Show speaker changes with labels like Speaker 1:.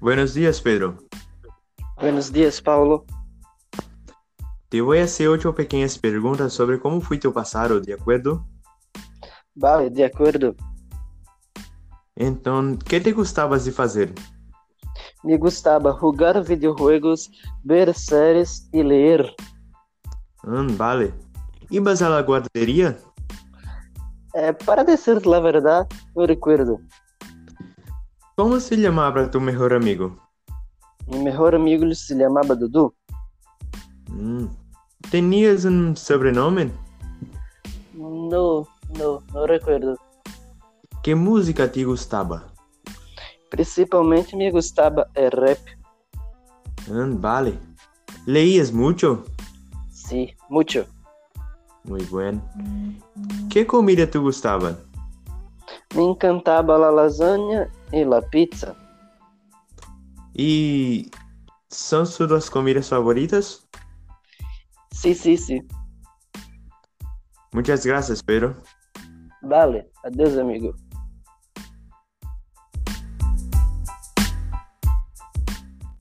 Speaker 1: Buenos días, Pedro.
Speaker 2: Buenos dias, Paulo.
Speaker 1: Te voy a hacer ocho pequeñas perguntas sobre cómo fue tu pasado, ¿de acuerdo?
Speaker 2: Vale, de acordo.
Speaker 1: Então, que te gostavas de fazer?
Speaker 2: Me gostava jogar videojuegos, ver séries e ler.
Speaker 1: Hum, vale. Ibas à guarderia?
Speaker 2: É, para dizer a verdade, eu recuerdo.
Speaker 1: Como se chamava tu melhor amigo?
Speaker 2: Meu melhor amigo se chamava Dudu.
Speaker 1: Hum. Tenias um sobrenome?
Speaker 2: Não, não, não recuerdo.
Speaker 1: Que música te gostava?
Speaker 2: Principalmente me gostava é rap.
Speaker 1: Hum, vale. Leías muito?
Speaker 2: Sim, muito.
Speaker 1: Muito bem. Que comida tu gostava?
Speaker 2: Me encantava a lasanha e a pizza.
Speaker 1: E são suas comidas favoritas?
Speaker 2: Sim, sim, sim.
Speaker 1: Muitas graças, Pedro.
Speaker 2: Vale. Adeus, amigo.